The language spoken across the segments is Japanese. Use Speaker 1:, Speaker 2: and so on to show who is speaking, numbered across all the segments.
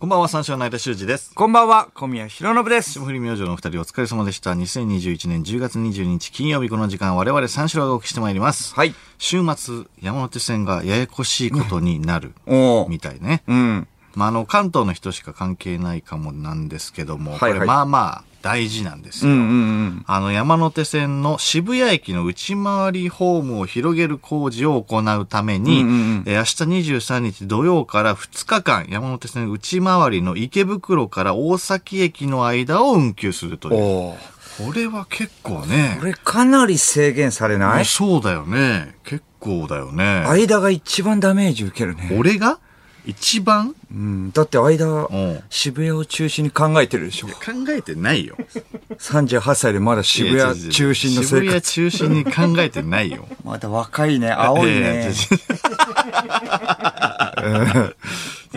Speaker 1: こんばんは、三章の間修二です。
Speaker 2: こんばんは、小宮弘信です。
Speaker 1: 霜降り明星のお二人お疲れ様でした。2021年10月22日金曜日この時間、我々三四郎がお送りしてまいります。
Speaker 2: はい。
Speaker 1: 週末、山手線がややこしいことになる、
Speaker 2: おー
Speaker 1: みたいね。
Speaker 2: うん。
Speaker 1: まあ、あの、関東の人しか関係ないかもなんですけども、
Speaker 2: はいはい
Speaker 1: これまあまあ大事なんです
Speaker 2: うんう
Speaker 1: よ。
Speaker 2: んうん。
Speaker 1: あの、山手線の渋谷駅の内回りホームを広げる工事を行うために、
Speaker 2: うんうん
Speaker 1: えー明日23日土曜から2日間、山手線内回りの池袋から大崎駅の間を運休するという。
Speaker 2: おー
Speaker 1: これは結構ね
Speaker 2: こ。れかなり制限されない
Speaker 1: そうだよね。結構だよね。
Speaker 2: 間が一番ダメージ受けるね。
Speaker 1: 俺が一番
Speaker 2: うん。だって間
Speaker 1: ん、
Speaker 2: 渋谷を中心に考えてるでしょ。
Speaker 1: 考えてないよ。
Speaker 2: 38歳でまだ渋谷中心の生
Speaker 1: 渋谷
Speaker 2: 活。
Speaker 1: 中心に考えてないよ。
Speaker 2: まだ若いね、青い
Speaker 1: え
Speaker 2: ね。
Speaker 1: え。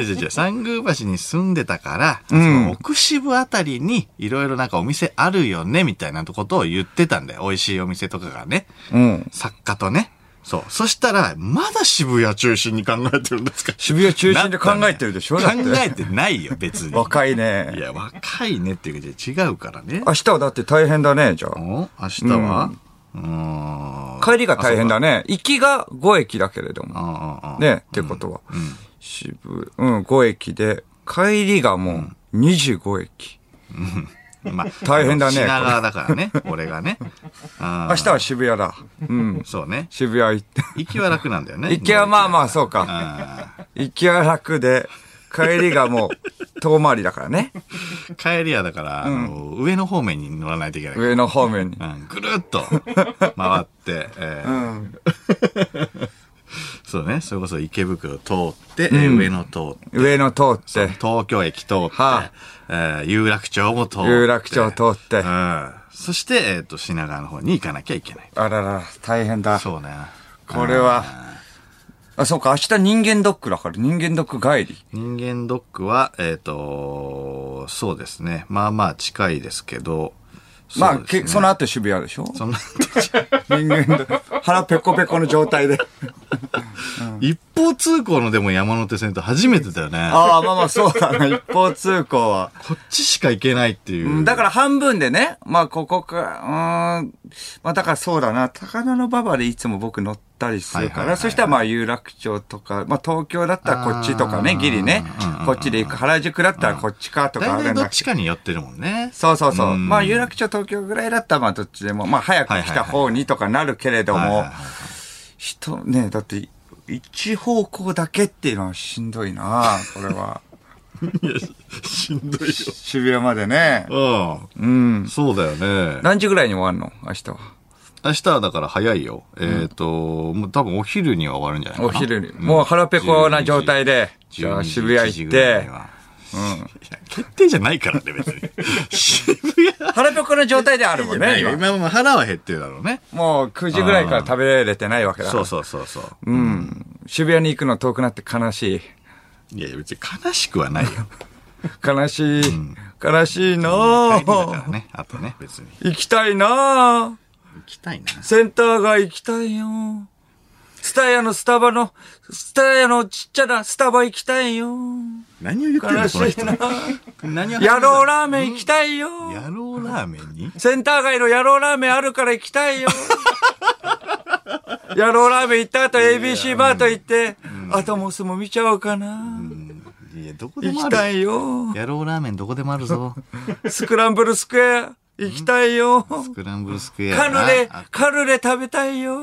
Speaker 1: じゃじゃ三宮橋に住んでたから、そ
Speaker 2: ん
Speaker 1: の奥渋あたりにいろいろなんかお店あるよね、みたいなことを言ってたんだよ。美味しいお店とかがね。
Speaker 2: うん。
Speaker 1: 作家とね。そう。そしたら、まだ渋谷中心に考えてるんですか
Speaker 2: 渋谷中心で考えてるでしょ
Speaker 1: な
Speaker 2: だ
Speaker 1: った
Speaker 2: っ
Speaker 1: ね
Speaker 2: て。
Speaker 1: 考えてないよ、別に。
Speaker 2: 若い
Speaker 1: い
Speaker 2: ね。
Speaker 1: や、若いねっていうけど違うからね。
Speaker 2: 明日はだって大変だね、じゃあ。
Speaker 1: お明日は、うーん
Speaker 2: 帰りが大変だね。行きが5駅だけれども。
Speaker 1: ああああ
Speaker 2: ね、ってことは。渋、うん、5駅で、帰りがもう25駅。
Speaker 1: まあ、
Speaker 2: 大変だね
Speaker 1: 品川だからね、俺が ね。明
Speaker 2: 明日は渋谷だ。うん。
Speaker 1: そうね。
Speaker 2: 渋谷行って。
Speaker 1: 行きは楽なんだよね。
Speaker 2: 行きはまあま
Speaker 1: あ。
Speaker 2: あそうか。行きは楽で、帰りがもう遠回りだからね。
Speaker 1: 帰りはだから、あの、上の方面に乗らないといけない。
Speaker 2: 上の方面に
Speaker 1: う。ん、ぐるっ と回って、えー
Speaker 2: うん。
Speaker 1: そうね、それこそ池袋通って、えー上野通って、
Speaker 2: 上の通って、
Speaker 1: 東京駅通って、
Speaker 2: は
Speaker 1: えー有楽町も通って、
Speaker 2: 有楽町通って。
Speaker 1: う
Speaker 2: あ
Speaker 1: ん。そして、えっ、と、品川の方に行かなきゃいけない。
Speaker 2: らら、大変だ。
Speaker 1: そうね。
Speaker 2: これは。あ、そうか、明日人間ドックだから、人間ドック帰り。
Speaker 1: 人間ドックは、えっ、と、そうですね。まあまあ近いですけど、
Speaker 2: まあ、
Speaker 1: そうです
Speaker 2: け
Speaker 1: ね
Speaker 2: その後渋谷でしょ
Speaker 1: そんな、
Speaker 2: 人間だ。腹ペコペコの状態で。
Speaker 1: 一方通行のでも山手線って初めてだよね。
Speaker 2: ああ、まあまあそうだな。一方通行は。
Speaker 1: こっちしか行けないって いう。
Speaker 2: だから半分でね、まあここか、うーん、まあだからそうだな、高田馬場でいつも僕乗ったりする
Speaker 1: はいは
Speaker 2: か
Speaker 1: いはいはい
Speaker 2: ら、そしたらまあ有楽町とか、まあ東京だったらこっちとか
Speaker 1: あ
Speaker 2: ね、
Speaker 1: ー
Speaker 2: ギリね
Speaker 1: うんうんうん、
Speaker 2: こっちで行く、原宿だったらこっちかとか
Speaker 1: 大
Speaker 2: ある
Speaker 1: 体
Speaker 2: ん
Speaker 1: ど
Speaker 2: だ
Speaker 1: っちかに寄ってるもんね。
Speaker 2: そうそうそう。
Speaker 1: うん
Speaker 2: まあ有楽町東京ぐらいだったらまあどっちでも、まあ早く来た方にとかなるけれど
Speaker 1: はいはい
Speaker 2: も
Speaker 1: はい、
Speaker 2: 人、ね、だって一方向だけっていうのはしんどいな、これ は。
Speaker 1: しんどい
Speaker 2: 渋谷までね。
Speaker 1: よ。
Speaker 2: う
Speaker 1: うん。
Speaker 2: ん。
Speaker 1: そうだよね。
Speaker 2: 何時ぐらいに終わるの明日は。
Speaker 1: 明日はだから早いよ。えっ、と、もう多分お昼には終わるんじゃないか
Speaker 2: お
Speaker 1: な。
Speaker 2: 昼に。もう腹ペコな状態で。じ
Speaker 1: 12
Speaker 2: ゃあ
Speaker 1: 時
Speaker 2: 渋谷行って。。
Speaker 1: うん。いや、決定じゃないからね、別 に。渋谷
Speaker 2: 腹ペコな状態であるもんね、
Speaker 1: 今
Speaker 2: 今。
Speaker 1: 今も腹は減ってるだろうね。
Speaker 2: もう9時ぐらいから食べれてないわけだ。
Speaker 1: そうそうそうそう。
Speaker 2: うん。渋谷に行くの遠くなって悲しい。
Speaker 1: いや、別に悲しくは ないよ。
Speaker 2: 悲しい。悲しい
Speaker 1: 帰りだ
Speaker 2: な
Speaker 1: か
Speaker 2: ぁ
Speaker 1: らね。あとね、別に。
Speaker 2: 行きたいなぁ
Speaker 1: 行きたいな。
Speaker 2: センター街行きたいよスタヤのスタバの、スタヤのちっちゃなスタバ行きたいよ
Speaker 1: 何を言ってん
Speaker 2: 悲
Speaker 1: だ、
Speaker 2: し
Speaker 1: この
Speaker 2: い
Speaker 1: 人。
Speaker 2: な
Speaker 1: 何を
Speaker 2: 野郎ラーメン行きたいよ
Speaker 1: 野郎ラーメンに
Speaker 2: センター街の野郎ラーメンあるから行きたい よ。野郎ラーメン行った後 ABC バーと行って、アトモスも見ちゃおうかな。
Speaker 1: いや、どこで
Speaker 2: 行
Speaker 1: も
Speaker 2: き
Speaker 1: あ
Speaker 2: た
Speaker 1: る。
Speaker 2: いよ。
Speaker 1: 野郎ラーメンどこでもあるぞ。
Speaker 2: スクランブルスクエア行きたいよ。
Speaker 1: スクランブルスクエア
Speaker 2: カ
Speaker 1: な。
Speaker 2: ヌレ
Speaker 1: あ、
Speaker 2: カヌレ食べたいよ。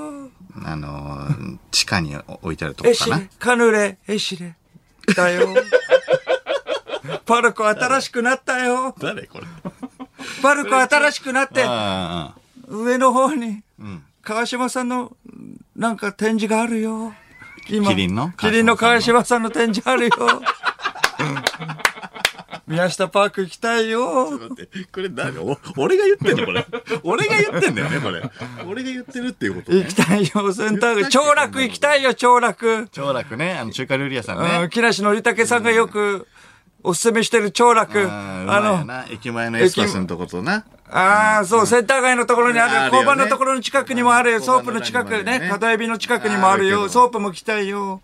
Speaker 1: あのー、地下に置いてあるとこ
Speaker 2: エ
Speaker 1: か
Speaker 2: シ
Speaker 1: な
Speaker 2: レ。、カヌレ、エシレ。だよ。パルコ新しくなったよ。
Speaker 1: 誰これ。
Speaker 2: パルコ新しくなって、
Speaker 1: あ
Speaker 2: 上の方に、
Speaker 1: あ、うん。
Speaker 2: 川島さんの、なんか展示があるよ。今
Speaker 1: キリンの
Speaker 2: キリンの
Speaker 1: 川
Speaker 2: 川
Speaker 1: 島
Speaker 2: 島さんの展示 あるよ。宮下パーク行きたいよ。
Speaker 1: 待って、これ誰お俺が言ってんのこ れ。俺が言ってんだよね、これ。俺が言ってるっていうこと
Speaker 2: 行きたいよ、センタ
Speaker 1: 言ったっ
Speaker 2: ー街。
Speaker 1: け
Speaker 2: 長楽行きたいよ、長楽。
Speaker 1: 長楽ね、あの、中華料理屋さんね。
Speaker 2: うん木梨憲武さんがよく、おすすめしてる長楽。
Speaker 1: あ
Speaker 2: あ
Speaker 1: の
Speaker 2: の、
Speaker 1: 駅前のエスパスのとことな。
Speaker 2: ああ、そう、センター街のところにあ
Speaker 1: あ
Speaker 2: る、
Speaker 1: るよね
Speaker 2: 交番のところの近くにもあるよ、
Speaker 1: 交
Speaker 2: ソ
Speaker 1: 番
Speaker 2: ー
Speaker 1: の
Speaker 2: プの近
Speaker 1: 裏に
Speaker 2: く
Speaker 1: もあるよね
Speaker 2: ね、片指の近くにもある
Speaker 1: ある
Speaker 2: よ、
Speaker 1: けど
Speaker 2: ソープも来たいよ。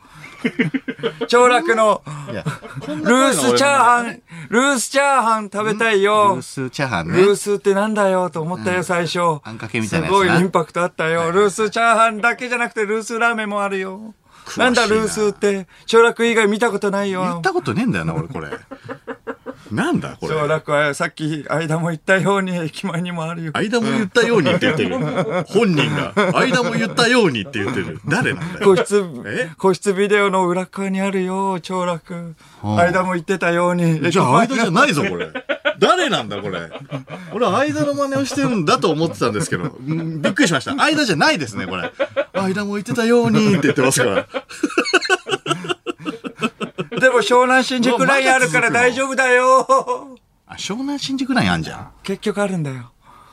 Speaker 2: 長楽の
Speaker 1: いや、こん
Speaker 2: ル
Speaker 1: な声が
Speaker 2: ースチャーハン、ルースチャーハン食べたい
Speaker 1: 俺も。ル
Speaker 2: よ
Speaker 1: ー。スチャーハンね。
Speaker 2: ルースってなんだよと思ったよ、最初。
Speaker 1: あんかけみたいなや
Speaker 2: す
Speaker 1: つな
Speaker 2: ごいインパクトあったよ。ルースチャーハンだけじゃなくて、ルースラーメンもあるよ。
Speaker 1: しいな
Speaker 2: なんだルースって、長楽以外見たことない
Speaker 1: 言
Speaker 2: よ
Speaker 1: っ。たことねえんだよな、俺これ。 なんだこれ。
Speaker 2: 長楽はさっき、間も言ったように駅前にもあるよ。
Speaker 1: 間も言ったようにって言って る。本人が。間も言ったようにって言ってる。誰なんだよ
Speaker 2: 個。室
Speaker 1: え、
Speaker 2: 個室ビデオの裏側にあるよ、長楽。
Speaker 1: あ
Speaker 2: 間も言ってたように。
Speaker 1: じゃあ、
Speaker 2: 駅
Speaker 1: 間じゃないぞ、これ。誰なんだ、これ。俺は間の真似をしてるんだと思ってたんですけど、うんびっくりしました。間じゃないですね、これ。間も言ってたようにって言ってます から。
Speaker 2: 前でも湘南新宿ラインあるから大丈夫だよ。
Speaker 1: あ、湘南新宿ラインあんじゃん。あ
Speaker 2: 結局あるんだよ。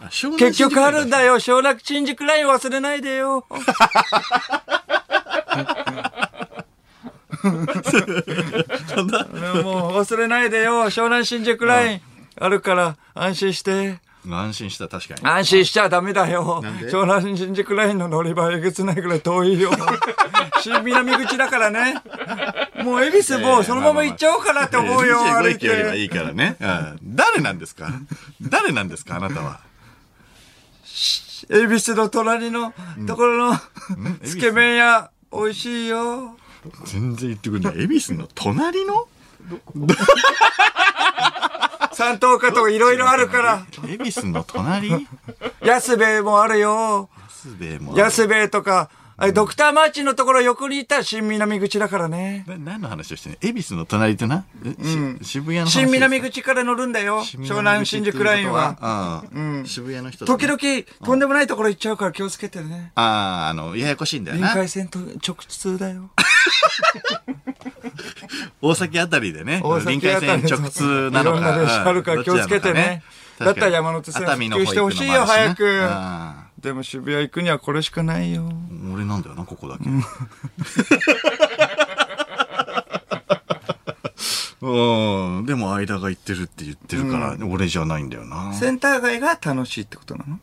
Speaker 1: 湘南
Speaker 2: 結
Speaker 1: 新宿
Speaker 2: 局
Speaker 1: ライン
Speaker 2: ある んだよ。湘南新宿ライン忘れないでよ。
Speaker 1: なんだ
Speaker 2: もう忘れないでよ。湘南新宿ラインあるから安心して。
Speaker 1: 安心した、確かに。
Speaker 2: 安心しちゃダメだよ
Speaker 1: んで。
Speaker 2: 湘南新宿ラインの乗り場えげつないぐらい遠いよ。 新南口だからね。もう恵比寿もうそのまま行っちゃおうかなって思うよ。
Speaker 1: 25
Speaker 2: 歩い
Speaker 1: 駅よりはい
Speaker 2: て。
Speaker 1: いからね。うん誰なんですか誰なんですかあなたは。
Speaker 2: 恵比寿の隣のところのつけ麺屋、美味しいよ。
Speaker 1: 全然言ってくんない。恵比寿の隣の
Speaker 2: 三等家とかいろいろあ るから。
Speaker 1: 恵比寿の隣
Speaker 2: 安兵衛もあるよ。
Speaker 1: 安兵衛もある。
Speaker 2: 安兵衛とか、あれドクターマーチンのところ横にいたら新南口だからね。
Speaker 1: な何の話をしてんの恵比寿の隣ってな、えし渋谷の話
Speaker 2: 新南口から乗るんだよ。湘南新宿ラインは。
Speaker 1: は、うん、渋谷の人だね
Speaker 2: 時々、とんでもないところ行っちゃうから気をつけてね。
Speaker 1: あああのややこしいんだよ
Speaker 2: 臨
Speaker 1: な
Speaker 2: 海線と直通だよ。
Speaker 1: 大崎あたりでね
Speaker 2: 大
Speaker 1: 臨
Speaker 2: 崎
Speaker 1: 海
Speaker 2: あたり
Speaker 1: 線直通なのか
Speaker 2: いろんな列車あるから
Speaker 1: うん
Speaker 2: 気をつけてね
Speaker 1: どっちなのか
Speaker 2: だったら山手線
Speaker 1: 確かに
Speaker 2: 復旧してほしいよ
Speaker 1: 熱海の方行くのも
Speaker 2: 早
Speaker 1: ある
Speaker 2: く
Speaker 1: しね
Speaker 2: でも渋谷行くにはこれしかないよ。
Speaker 1: うん俺なんだよなここだけ うんでも間が行ってるって言ってるから、俺じゃないんだよな
Speaker 2: センター街が楽しいってことなの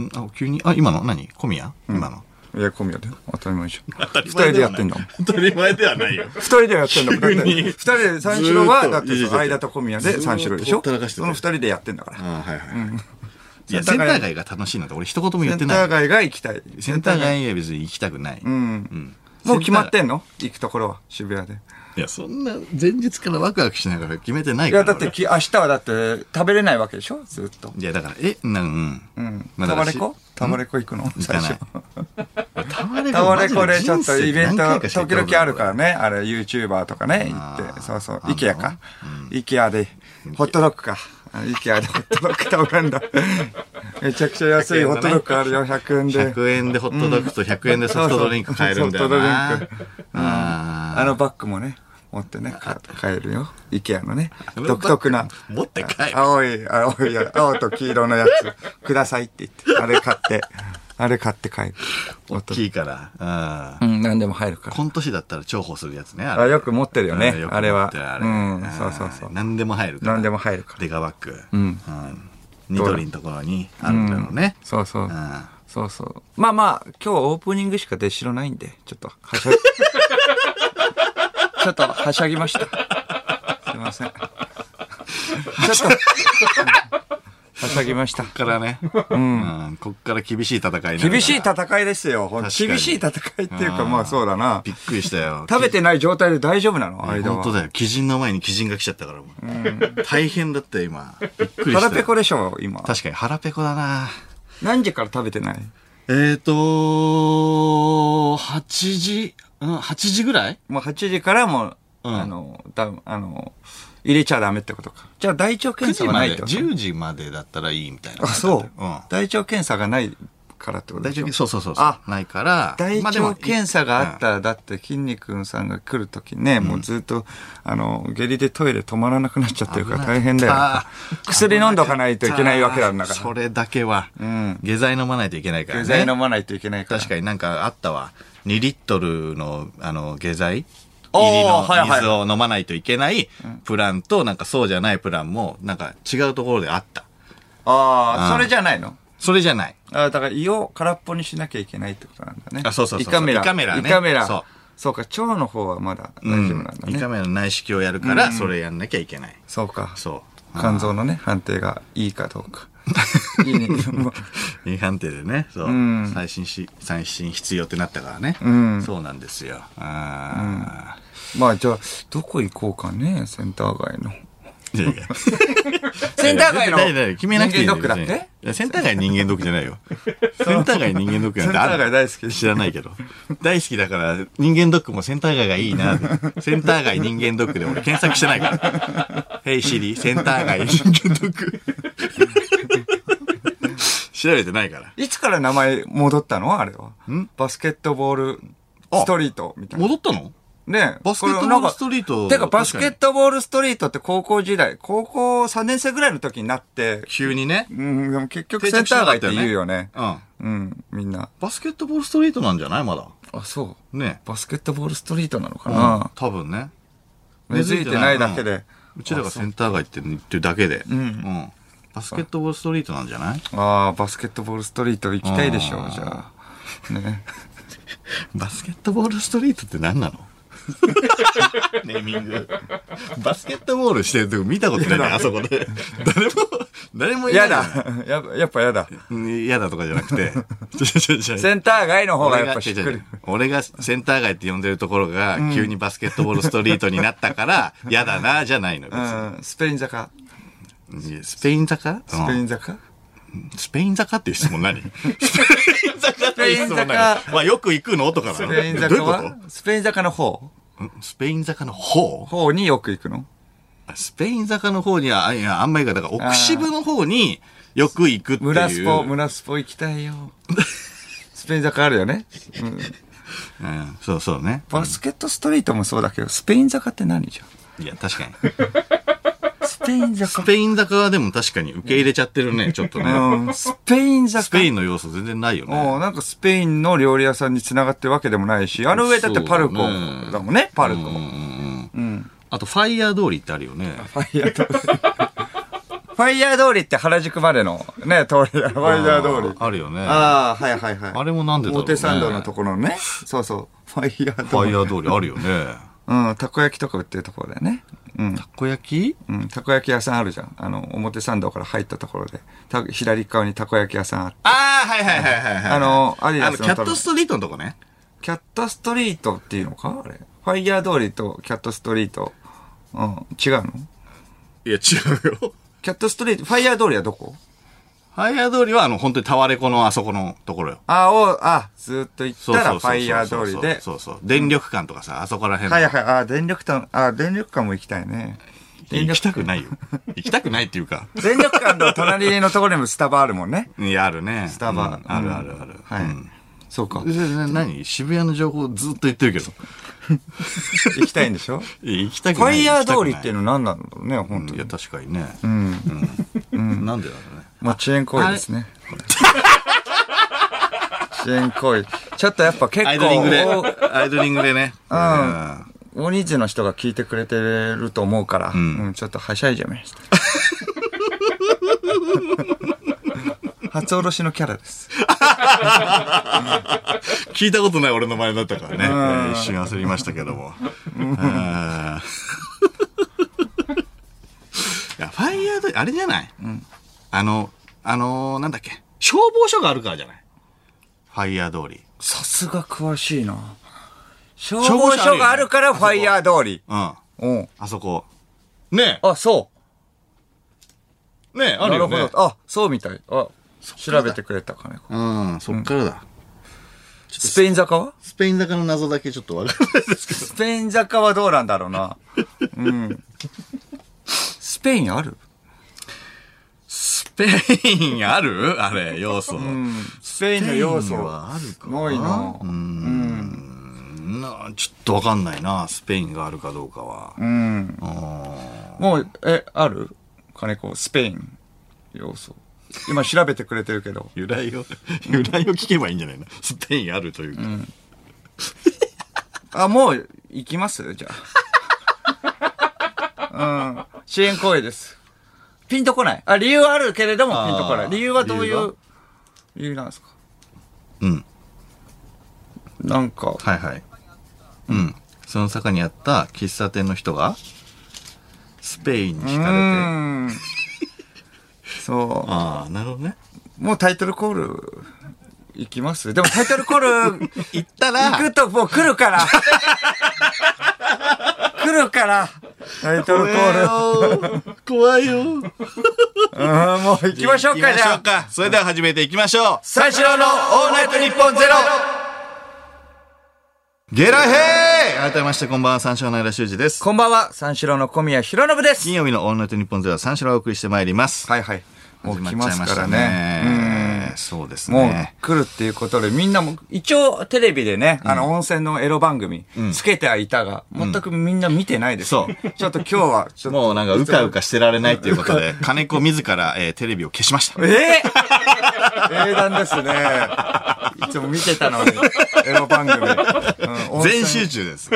Speaker 1: うんあ急にあ今の何小宮、今の
Speaker 2: いや、小宮で。当たり前じゃん。
Speaker 1: 二
Speaker 2: 二人でやってんだもん。
Speaker 1: 当たり前ではないよ
Speaker 2: 二人でやってんだもん。だって
Speaker 1: 急に
Speaker 2: 二人で三四郎は、
Speaker 1: ずーっと
Speaker 2: だって
Speaker 1: いやいやいや
Speaker 2: 間と小宮で三四郎でし
Speaker 1: ずー
Speaker 2: ょ
Speaker 1: っとほったらかしてた
Speaker 2: その二人でやってんだか ら。
Speaker 1: あはいはいはい。いや、
Speaker 2: セ
Speaker 1: セ
Speaker 2: ン
Speaker 1: ンタ
Speaker 2: ター街
Speaker 1: ー街が楽しいなんて俺一言も言
Speaker 2: セ
Speaker 1: っ
Speaker 2: ン
Speaker 1: てな
Speaker 2: ター
Speaker 1: い。
Speaker 2: 街が行きたい。
Speaker 1: センター街は別に行きたくない。
Speaker 2: うん。
Speaker 1: うん
Speaker 2: もう決まって
Speaker 1: セン
Speaker 2: んの行くところは、渋谷で。
Speaker 1: ターいや、そんな前日からワクワクしながら決めてない
Speaker 2: い
Speaker 1: か
Speaker 2: や、
Speaker 1: ら。
Speaker 2: だって
Speaker 1: 俺
Speaker 2: き、明日はだって、食べれないわけでしょずっと。
Speaker 1: いや、だから、え、なうん。
Speaker 2: うん。
Speaker 1: まあ
Speaker 2: タ
Speaker 1: だ
Speaker 2: ワ
Speaker 1: から
Speaker 2: レ
Speaker 1: し
Speaker 2: コタワレコ行くの
Speaker 1: 行
Speaker 2: 最
Speaker 1: かない
Speaker 2: 初。
Speaker 1: タワレコ
Speaker 2: タワレコでちょっとイベント、
Speaker 1: 時
Speaker 2: 時々あるから。ね。あれ、YouTuber とかね、
Speaker 1: あ
Speaker 2: 行
Speaker 1: ー
Speaker 2: って。そうそう。
Speaker 1: あんの
Speaker 2: IKEA か。IKEA で、ホットドッグか。あ IKEA でホットドッグ食べる んだ。めちゃくちゃ安いホットドッグあるよ、100円で。
Speaker 1: 100円でホットドッグと100円でソフトドリンク買えるんだよな。
Speaker 2: そうそうソフトドリあ
Speaker 1: あ
Speaker 2: のバッグもね、持ってね、か買えるよ。IKEA のね、
Speaker 1: ー
Speaker 2: 独特な。
Speaker 1: 持って帰る。
Speaker 2: 青い、青いや、青と黄色のやつ、くださいって言って、あれ買って、あれ買って帰る。
Speaker 1: 大きいから。
Speaker 2: う
Speaker 1: うん
Speaker 2: ん、何でも入るか
Speaker 1: この年だったら重宝するやつね。あ
Speaker 2: ら。あ
Speaker 1: れ
Speaker 2: よく持ってるよね
Speaker 1: うん、よく
Speaker 2: あれは
Speaker 1: 持って。るあれ
Speaker 2: うん、そうそうそう。
Speaker 1: 何でも入るから。
Speaker 2: 何でも入るから。
Speaker 1: デカバッグ。
Speaker 2: うん。
Speaker 1: ニトリのところにあるんだろうね。。。
Speaker 2: そうそううんそうそう。まあまあ、今日オープニングしか出しろないんで、ちょっと、は しゃぎ、ちょっと、はしゃぎました。すいま せん。ちょっと、はしゃぎました。
Speaker 1: こっからね。うん。こっから厳しい戦いになるから
Speaker 2: 厳しい戦いですよ。ほん
Speaker 1: 確かに
Speaker 2: 厳しい戦いっていうか、
Speaker 1: うん
Speaker 2: まあそうだな
Speaker 1: び。っくりしたよ。
Speaker 2: 食べてない状態で大丈夫なの
Speaker 1: いや
Speaker 2: 間
Speaker 1: 本当
Speaker 2: は。
Speaker 1: だよ。鬼人の前に鬼人が来ちゃったから、もう大変だったよ、今。びっくりしたよ。
Speaker 2: 腹ペコでしょ、今。
Speaker 1: 確かに腹ペコだな
Speaker 2: 何時から食べてない
Speaker 1: えーと、8時、うん、8時ぐらい
Speaker 2: もう8時からもう、
Speaker 1: うん
Speaker 2: あの、だ、あの、入れちゃダメってことか。じゃあ大腸
Speaker 1: ?9
Speaker 2: 検査
Speaker 1: 時
Speaker 2: は
Speaker 1: ま
Speaker 2: ないっ
Speaker 1: で。
Speaker 2: てこと
Speaker 1: 10時までだったらいいみたいな。
Speaker 2: あ、そう、
Speaker 1: うん。大
Speaker 2: 大腸検査がないからってこと
Speaker 1: 腸
Speaker 2: でしょ
Speaker 1: 検査、そうそうそう。
Speaker 2: あ
Speaker 1: ないから。
Speaker 2: 大
Speaker 1: まあでも
Speaker 2: 腸検査があったら、だって、筋肉さんが来るときね、もうずっと、あの、下痢でトイレ止まらなくなっちゃってるから大変だよ
Speaker 1: 危なかっ。た
Speaker 2: 薬飲んどかないといけないわけなんだから。
Speaker 1: それだけは、
Speaker 2: ん
Speaker 1: 下剤飲まないといけないからね。
Speaker 2: 下剤飲まないといけないから。
Speaker 1: 確かになんかあったわ。2リットルの、あの、下剤
Speaker 2: おー
Speaker 1: 入りの
Speaker 2: はいはい
Speaker 1: 水を飲まないといけないプランと、なんかそうじゃないプランも、なんか違うところであった。
Speaker 2: ああ、
Speaker 1: うん
Speaker 2: それじゃないの
Speaker 1: それじゃない。
Speaker 2: あーだから胃を空っぽにしなきゃいけないってことなんだね。
Speaker 1: あ、そうそうそうそう。
Speaker 2: 胃カメラ。
Speaker 1: 胃カメラね。
Speaker 2: 胃カメラ
Speaker 1: そう。
Speaker 2: そうか、腸の方はまだ大丈夫なんだ
Speaker 1: 2
Speaker 2: ね。
Speaker 1: 回目の内視鏡やるから、それやんなきゃいけない。
Speaker 2: そうか。
Speaker 1: そう。
Speaker 2: 肝臓のね、判定がいいかどうか。 いいね。もう
Speaker 1: いい判定でね、そう。
Speaker 2: ん
Speaker 1: 最新し、最新必要ってなったからね。
Speaker 2: ん
Speaker 1: そうなんですよ。あ
Speaker 2: まあじゃあ、どこ行こうかね、センター街の。
Speaker 1: ーいやいや。
Speaker 2: センター街の
Speaker 1: だいだい決めなくていいん
Speaker 2: 人
Speaker 1: よ
Speaker 2: 間ドックだっ
Speaker 1: 別に
Speaker 2: て
Speaker 1: いやセンター街人間ドックじゃない よ。センター街人間ドックなんてある
Speaker 2: センター街大好き
Speaker 1: 知らないけど。大好きだから、人間ドックもセンター街がいいな。センター街人間ドックで俺検索してないから。ヘイシリ、センター街人間ドック。調べてないから。
Speaker 2: いつから名前戻ったのあれは。
Speaker 1: ん
Speaker 2: バスケットボールストリートみたいな。
Speaker 1: 戻ったの
Speaker 2: ねえ
Speaker 1: バスケットボールストリート
Speaker 2: これなんかてか、バスケットボールストリートって高校時代、高校3年生ぐらいの時になって、
Speaker 1: 急にね。
Speaker 2: うん、でも結局
Speaker 1: 定
Speaker 2: セン
Speaker 1: 着し
Speaker 2: タ
Speaker 1: な
Speaker 2: ー
Speaker 1: か
Speaker 2: 街
Speaker 1: っ
Speaker 2: ったて
Speaker 1: よね
Speaker 2: 言うよね。
Speaker 1: うん。
Speaker 2: うん、みんな。
Speaker 1: バスケットボールストリートなんじゃないまだ。
Speaker 2: あ、そう。
Speaker 1: ね。
Speaker 2: バスケットボールストリートなのか
Speaker 1: うん
Speaker 2: な、。
Speaker 1: 多分ね。
Speaker 2: 根付いてないだけで。
Speaker 1: うちらがセンター街って言ってるだけで。うんバスケットボールストリートなんじゃない
Speaker 2: ああ、バスケットボールストリート行きたいでしょ
Speaker 1: う、
Speaker 2: うんじゃあ。ね。
Speaker 1: バスケットボールストリートって何なのネーミング。バスケットボールしてるとこ見たことないね、あそこで。誰も、誰もいな
Speaker 2: や
Speaker 1: いじゃ
Speaker 2: だ
Speaker 1: ない。
Speaker 2: ややっぱやだ。
Speaker 1: うん嫌だとかじゃなくて。ちょちょちょ
Speaker 2: センター街の方が
Speaker 1: 俺
Speaker 2: やっ
Speaker 1: が
Speaker 2: ぱしっくり。
Speaker 1: 俺がセンター街って呼んでるところが、急にバスケットボールストリートになった から、嫌だな、じゃないの。別
Speaker 2: う
Speaker 1: に
Speaker 2: ん、スペイン坂。
Speaker 1: スペイン坂
Speaker 2: スペイン坂、
Speaker 1: うんスペイン坂っていう質問何スペイン坂っていう質問
Speaker 2: スペイン坂
Speaker 1: 何まあよく行くのとかな
Speaker 2: ス
Speaker 1: の
Speaker 2: ペイン
Speaker 1: どうい
Speaker 2: 坂
Speaker 1: うこ
Speaker 2: はスペイン坂の方
Speaker 1: とんスペイン坂の方
Speaker 2: 方によく行くの
Speaker 1: スペイン坂の方には、あいや、あんまりか、だから奥渋の方によく行くっていう。
Speaker 2: 村スポ、村スポ行きたい よ。スペイン坂あるよね、うん
Speaker 1: うん、そうそうね。
Speaker 2: バスケットストリートもそうだけど、スペイン坂って何じゃ
Speaker 1: いや、確かに。
Speaker 2: んスペイン
Speaker 1: ス
Speaker 2: 坂。
Speaker 1: ペイン坂はでも確かに受け入れちゃってるね、ちょっとね。
Speaker 2: うん、スペイン坂。
Speaker 1: スペインの要素全然ないよね。
Speaker 2: もうなんかスペインの料理屋さんに繋がってるわけでもないし、あの上だってパルコだもんね、パルコ。うん。
Speaker 1: あと、ファイヤー通りってあるよね。
Speaker 2: ファイヤー通り。ファイヤー通りって原宿までのね、通りだ。ファイヤー通り。
Speaker 1: あるよね。あ
Speaker 2: ああ、はいはいはい。
Speaker 1: れもなんでだろうね。
Speaker 2: 表参道のところのね。そうそう。ファイヤー
Speaker 1: ファイ
Speaker 2: 通り。
Speaker 1: ヤー通りあるよね。
Speaker 2: うん、たこ焼きとか売ってるところだよね。うん。
Speaker 1: たこ焼き
Speaker 2: うん、たこ焼き屋さんあるじゃん。あの、表参道から入ったところで。た左側にたこ焼き屋さんあって。
Speaker 1: ああ、はいはいはいはいはい。
Speaker 2: あのアディダ
Speaker 1: あ
Speaker 2: ス
Speaker 1: の、
Speaker 2: の
Speaker 1: キャットストリートのとこね。
Speaker 2: キャットストリートっていうのかあれ。ファイヤー通りとキャットストリート。うん、違うの
Speaker 1: いや、違うよ。
Speaker 2: キャットストリート、ファイヤー通りはどこ
Speaker 1: ファイヤー通りは、あの、本当にタワレコのあそこのところよ。
Speaker 2: あ、お、あ、ずっと行った
Speaker 1: そうそ
Speaker 2: ら
Speaker 1: う
Speaker 2: フ
Speaker 1: そう
Speaker 2: ァイヤー通りで。
Speaker 1: そうそう。電力館とかさ、あそこら辺。
Speaker 2: はいはい、あ、電力館、あ、電力館も行きたいね。電
Speaker 1: 行き
Speaker 2: 力、
Speaker 1: たくないよ。行きたくないっていう か。
Speaker 2: 電力館の隣のところにもスタバあるもんね。
Speaker 1: いや、あるね。ス
Speaker 2: タバ
Speaker 1: あるあるある。
Speaker 2: はい。そうか
Speaker 1: う。ん。でな何渋谷の情報ずっと言ってるけど。
Speaker 2: 行きたいんでしょ
Speaker 1: いや 行きたく
Speaker 2: フ
Speaker 1: な
Speaker 2: ァ
Speaker 1: い。
Speaker 2: イヤー通りっていううの何なんだろうね、本当
Speaker 1: い
Speaker 2: に
Speaker 1: や、。確かにね。
Speaker 2: うん。
Speaker 1: うん。なんでだろうね。
Speaker 2: まあ、遅延行為ですね。遅延行為。ちょっとやっぱ結
Speaker 1: アイドリングで。
Speaker 2: 構、
Speaker 1: アイドリングでね。
Speaker 2: ん大人数の人が聞いてくれてると思うから、うん
Speaker 1: ん、
Speaker 2: ちょっとはしゃいじゃいま した。初おろしのキャラです。
Speaker 1: 聞いたことない俺の前だったからね。えー一瞬焦りましたけど も。あーいや、ファイヤード、あれじゃない、あの、あのーなんだっけ。消防署があるからじゃないファイヤー通り。
Speaker 2: さすが詳しいな。消
Speaker 1: 防署あるよ
Speaker 2: 防
Speaker 1: ね
Speaker 2: 署があるからファイヤー通り。
Speaker 1: うん。あ
Speaker 2: うん。
Speaker 1: そこ。ね
Speaker 2: あ、そ
Speaker 1: え。ねえ、
Speaker 2: う。
Speaker 1: あるよ
Speaker 2: な
Speaker 1: ね
Speaker 2: るほ。ど。あ、そうみたい。あ、調べてくれたかね。
Speaker 1: うん、そっからだ。
Speaker 2: スペイン坂は
Speaker 1: スペイン坂の謎だけちょっとわからないですけど。
Speaker 2: スペイン坂はどうなんだろうな。うん。スペインある
Speaker 1: スペインあるあれ、要素。
Speaker 2: スペインの要素
Speaker 1: はあるか
Speaker 2: ないな。うん。
Speaker 1: なちょっとわかんないな、スペインがあるかどうかは。
Speaker 2: うん。もう、え、ある金子、スペイン要素。今調べてくれてるけど。
Speaker 1: 由来を、 由来を聞けばいいんじゃないのスペインあるというか。
Speaker 2: あ、もう、行きますじゃあ。うん。支援行為です。ピンとこない。あ、理由はあるけれども、
Speaker 1: あー
Speaker 2: ピンとこない。理由はどうい
Speaker 1: 理由は
Speaker 2: う理由なんですか
Speaker 1: うん。
Speaker 2: なんか、
Speaker 1: はいはい。うん。その坂にあった喫茶店の人が、スペインに
Speaker 2: う
Speaker 1: 惹かれて。
Speaker 2: ーん。そ
Speaker 1: ああ、なるほどね。
Speaker 2: う。もうタイトルコール、いきますでもタイトルコール、
Speaker 1: 行ったら、
Speaker 2: 行くともう来るから 来るからタイトルコール。
Speaker 1: 怖いよ。 行
Speaker 2: うん、もう行きましょうか、じゃあ。
Speaker 1: あ。それでは始めていきましょう。
Speaker 2: 三四郎のオールナイトニッポンゼロ
Speaker 1: ゲラヘー改めましてこんばんは、三四郎の間修二です。
Speaker 2: こんばんは、三四郎の小宮弘信です
Speaker 1: 金。曜日のオールナイトニッポンゼロは三四郎をお送りしてまいります。
Speaker 2: はいはい。もう来ますか
Speaker 1: 始まっ
Speaker 2: ら
Speaker 1: ちゃいました
Speaker 2: ね。
Speaker 1: ね。そうです
Speaker 2: うん。もう
Speaker 1: ね。
Speaker 2: 来るっていうことで、みんなも、一応テレビでね、あの温泉のエロ番組、つけてはいたが、全くみんな見てないです。。
Speaker 1: そう
Speaker 2: ちょっと今日は、ちょっと。
Speaker 1: もうなんかうかうかしてられないということで、 金子自ら、えーテレビを消しました。
Speaker 2: えー、英 断ですね。いつも見てたのに、エロ番組。うん
Speaker 1: 全集。中です。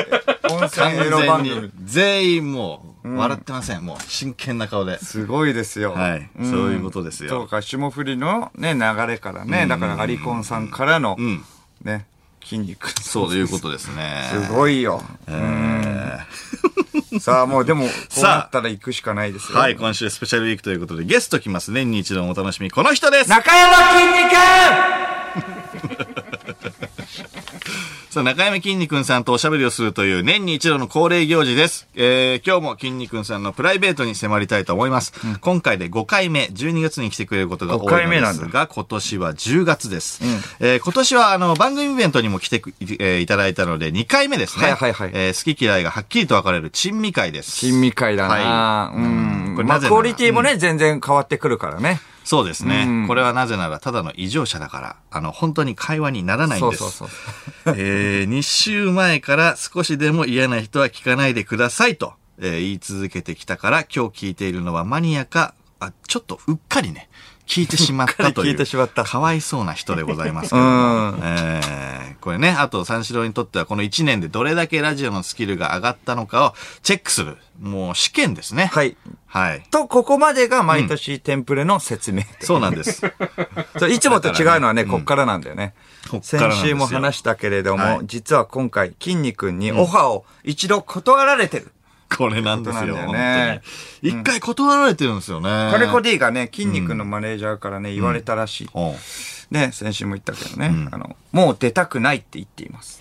Speaker 2: 温泉温
Speaker 1: 完
Speaker 2: 泉エロ番
Speaker 1: 全
Speaker 2: 組
Speaker 1: に。。全員もう、笑ってません。もう、真剣な顔で。
Speaker 2: すごいですよ。
Speaker 1: はい。そういうことです
Speaker 2: そう
Speaker 1: よ。
Speaker 2: か、霜降りのね、流れからね、だからアリコンさんからの、
Speaker 1: ん
Speaker 2: ね、筋肉。す
Speaker 1: そういうことですね。
Speaker 2: ごいよ。うんさあ、もうでも、こ う
Speaker 1: さあ
Speaker 2: なったら行くしかないですよ。
Speaker 1: はい、今週スペシャルウィークということで、ゲスト来ます。年に一度のお楽しみ、この人です
Speaker 2: 中山筋肉
Speaker 1: さあ、中山きんに君さんとおしゃべりをするという年に一度の恒例行事です。えー、今日もきんに君さんのプライベートに迫りたいと思います。今回で5回目、12月に来てくれることが多
Speaker 2: 5
Speaker 1: い
Speaker 2: 回
Speaker 1: の
Speaker 2: 目
Speaker 1: で
Speaker 2: なんだ
Speaker 1: すが、今年は10月です。えー今年はあの、番組イベントにも来てく、いえーいただいたので、2回目ですね。
Speaker 2: はいはいはい
Speaker 1: えー好き嫌いがはっきりと分かれる珍味会です。
Speaker 2: 珍味会だな、うん。
Speaker 1: これ
Speaker 2: ま
Speaker 1: な
Speaker 2: あ、
Speaker 1: ぜなら
Speaker 2: クオリティもね、全然変わってくるからね。
Speaker 1: そうですね、これはなぜなら、ただの異常者だから、あの、本当に会話にならないん
Speaker 2: そう
Speaker 1: です。
Speaker 2: そうそう。
Speaker 1: えー、2週前から少しでも嫌な人は聞かないでくださいと、えー言い続けてきたから、今日聞いているのはマニアか、あ、ちょっとうっかりね、聞いてしまったという。
Speaker 2: うっかり聞いてしまった
Speaker 1: かわいそうな人でございますけ
Speaker 2: う
Speaker 1: ども。
Speaker 2: ん。
Speaker 1: えーこれね、あと三四郎にとってはこの1年でどれだけラジオのスキルが上がったのかをチェックする、もう試験ですね。
Speaker 2: はい。
Speaker 1: はい。
Speaker 2: と、ここまでが毎年テンプレの説明。
Speaker 1: そうなんです。
Speaker 2: そういつもと違うのはね、こっからなんだよね。
Speaker 1: こっからなんで
Speaker 2: 先
Speaker 1: すよ
Speaker 2: 週も話したけれども、
Speaker 1: はい
Speaker 2: 実は今回、筋肉にオファーを一度断られてる。
Speaker 1: これなんですよ、
Speaker 2: ことなん
Speaker 1: 本
Speaker 2: だよね
Speaker 1: 当に。一回断られてるんですよね。
Speaker 2: 金子 D がね、筋肉のマネージャーからね、言われたらしい。
Speaker 1: うん
Speaker 2: ね、先週も言ったけどね、あの、もう出たくないって言っています。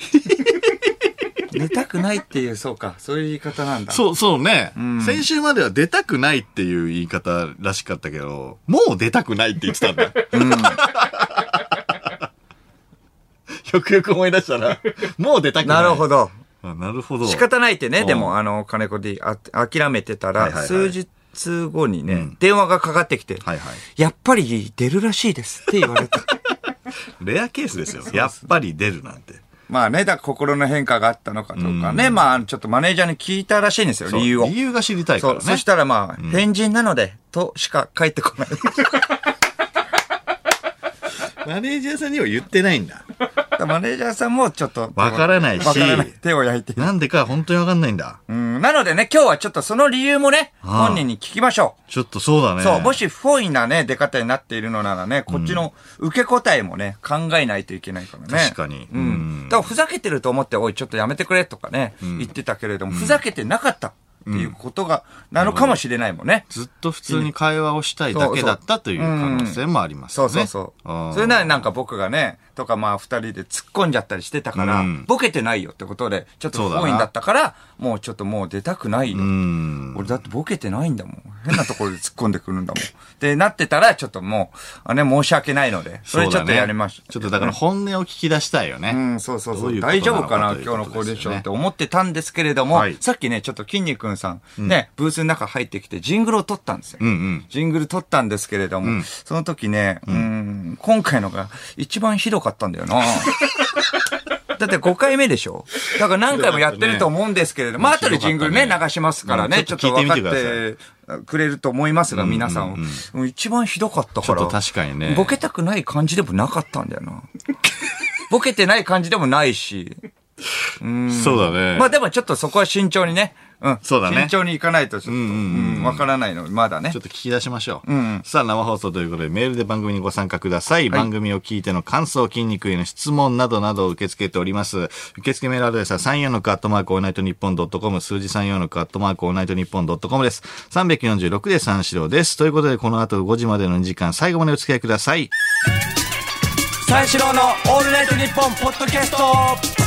Speaker 2: 出たくないっていう、そうか、そういう言い方なんだ。
Speaker 1: そう、そうね、先週までは出たくないっていう言い方らしかったけど、もう出たくないって言ってたん だ。よくよく思い出したら、もう出たくな。
Speaker 2: ないるほ
Speaker 1: ど。
Speaker 2: ど。
Speaker 1: なるほど。
Speaker 2: 仕方ないってね、
Speaker 1: ん
Speaker 2: でも、あの、金子 D、あ諦めてたら、
Speaker 1: はいはいはい
Speaker 2: 数日後にね、電話がかかってきて、
Speaker 1: はいはい。
Speaker 2: やっぱり出るらしいですって言われた。
Speaker 1: レアケースですよ。やっぱり出るなんて。
Speaker 2: まあね、だから心の変化があったのかとかね、まあちょっとマネージャーに聞いたらしいんですよ、
Speaker 1: そう
Speaker 2: 理由を。
Speaker 1: 理由が知りたいか
Speaker 2: そ
Speaker 1: ら
Speaker 2: う、
Speaker 1: ね。
Speaker 2: そしたらまあ、変人なので、としか返ってこない。
Speaker 1: マネージャーさんには言ってないんだ。
Speaker 2: マネージャーさんもちょっと。
Speaker 1: わからないし
Speaker 2: わからない手を焼いている。
Speaker 1: なんでか本当にわかんないんだ。
Speaker 2: うん、なのでね、今日はちょっとその理由もね、
Speaker 1: ああ
Speaker 2: 本人に聞きましょう。
Speaker 1: ちょっとそうだね。
Speaker 2: そう、もし不本意なね、出方になっているのならね、こっちの受け答えもね、考えないといけないからね。
Speaker 1: 確かに
Speaker 2: う
Speaker 1: うん
Speaker 2: ん。だからふざけてると思って、おい、ちょっとやめてくれとかね、言ってたけれども、ふざけてなかったっていうことが、なのかもしれないもんね。
Speaker 1: ずっと普通に会話をしたいだけだったという可能性もあります
Speaker 2: そ
Speaker 1: ね。
Speaker 2: うそうそう。
Speaker 1: あー
Speaker 2: それならなんか僕がね、とかまあ二人で突っ込んじゃったりしてたから、
Speaker 1: うん
Speaker 2: ボケてないよってことで、ちょっと
Speaker 1: そうだ
Speaker 2: 不
Speaker 1: な
Speaker 2: 意だったから、もうちょっともう出たくないよ。
Speaker 1: うん。
Speaker 2: 俺だってボケてないんだもん。変なところで突っ込んでくるんだもん。ってなってたら、ちょっともう、あね、申し訳ないので、それちょっとやりまし
Speaker 1: そうだねちょっとだから本音を聞き出したいよ
Speaker 2: う
Speaker 1: ね。
Speaker 2: ん、そうそう
Speaker 1: ど
Speaker 2: そうう。
Speaker 1: いうことな
Speaker 2: 大
Speaker 1: のか
Speaker 2: 丈夫かな、
Speaker 1: ということ
Speaker 2: 今日のコーディションって
Speaker 1: です
Speaker 2: 思ってたんですけれども、
Speaker 1: はい
Speaker 2: さっきね、ちょっと筋肉くんさん、ね、ブースの中入ってきて、ジングルを撮ったんですよ。
Speaker 1: うんうん。
Speaker 2: ジングル撮ったんですけれども、その時ね、うーん、今回のが一番ひどかったんだよな。 だって5回目でしょだから何回もやってると思うんですけれども、まあ後でジングルね、
Speaker 1: ひどかったね
Speaker 2: 流しますから
Speaker 1: う
Speaker 2: ね、
Speaker 1: んち
Speaker 2: ち
Speaker 1: ょ
Speaker 2: ょ
Speaker 1: っ
Speaker 2: っ
Speaker 1: と
Speaker 2: と
Speaker 1: 聞いてみ
Speaker 2: 分か
Speaker 1: て
Speaker 2: ってくれると思いますが、皆さんを。一番ひどかった
Speaker 1: ちょ
Speaker 2: か
Speaker 1: っと
Speaker 2: ら、
Speaker 1: 確かにね。
Speaker 2: ボケたくない感じでもなかったんだよな。ボケてない感じでもないし、
Speaker 1: そうだね。
Speaker 2: まあでもちょっとそこは慎重にね。うん。
Speaker 1: そうだね
Speaker 2: 慎重にいかないとちょっと、
Speaker 1: うんうんうん
Speaker 2: うんわからないの、まだね
Speaker 1: ちょ。っと聞き出しましょう。
Speaker 2: ん
Speaker 1: さあ、生放送ということで、メールで番組にご参加ください。番組を聞いての感想、筋肉への質問などなどを受け付けております。受付メールアドレスは34のカットマークオールナイトニッポンドットコム、数字34のカットマークオールナイトニッポンドットコムです。346で三四郎です。ということで、この後5時までの2時間、最後までお付き合いください。
Speaker 2: 三四郎のオールナイトニッポンポッドキャスト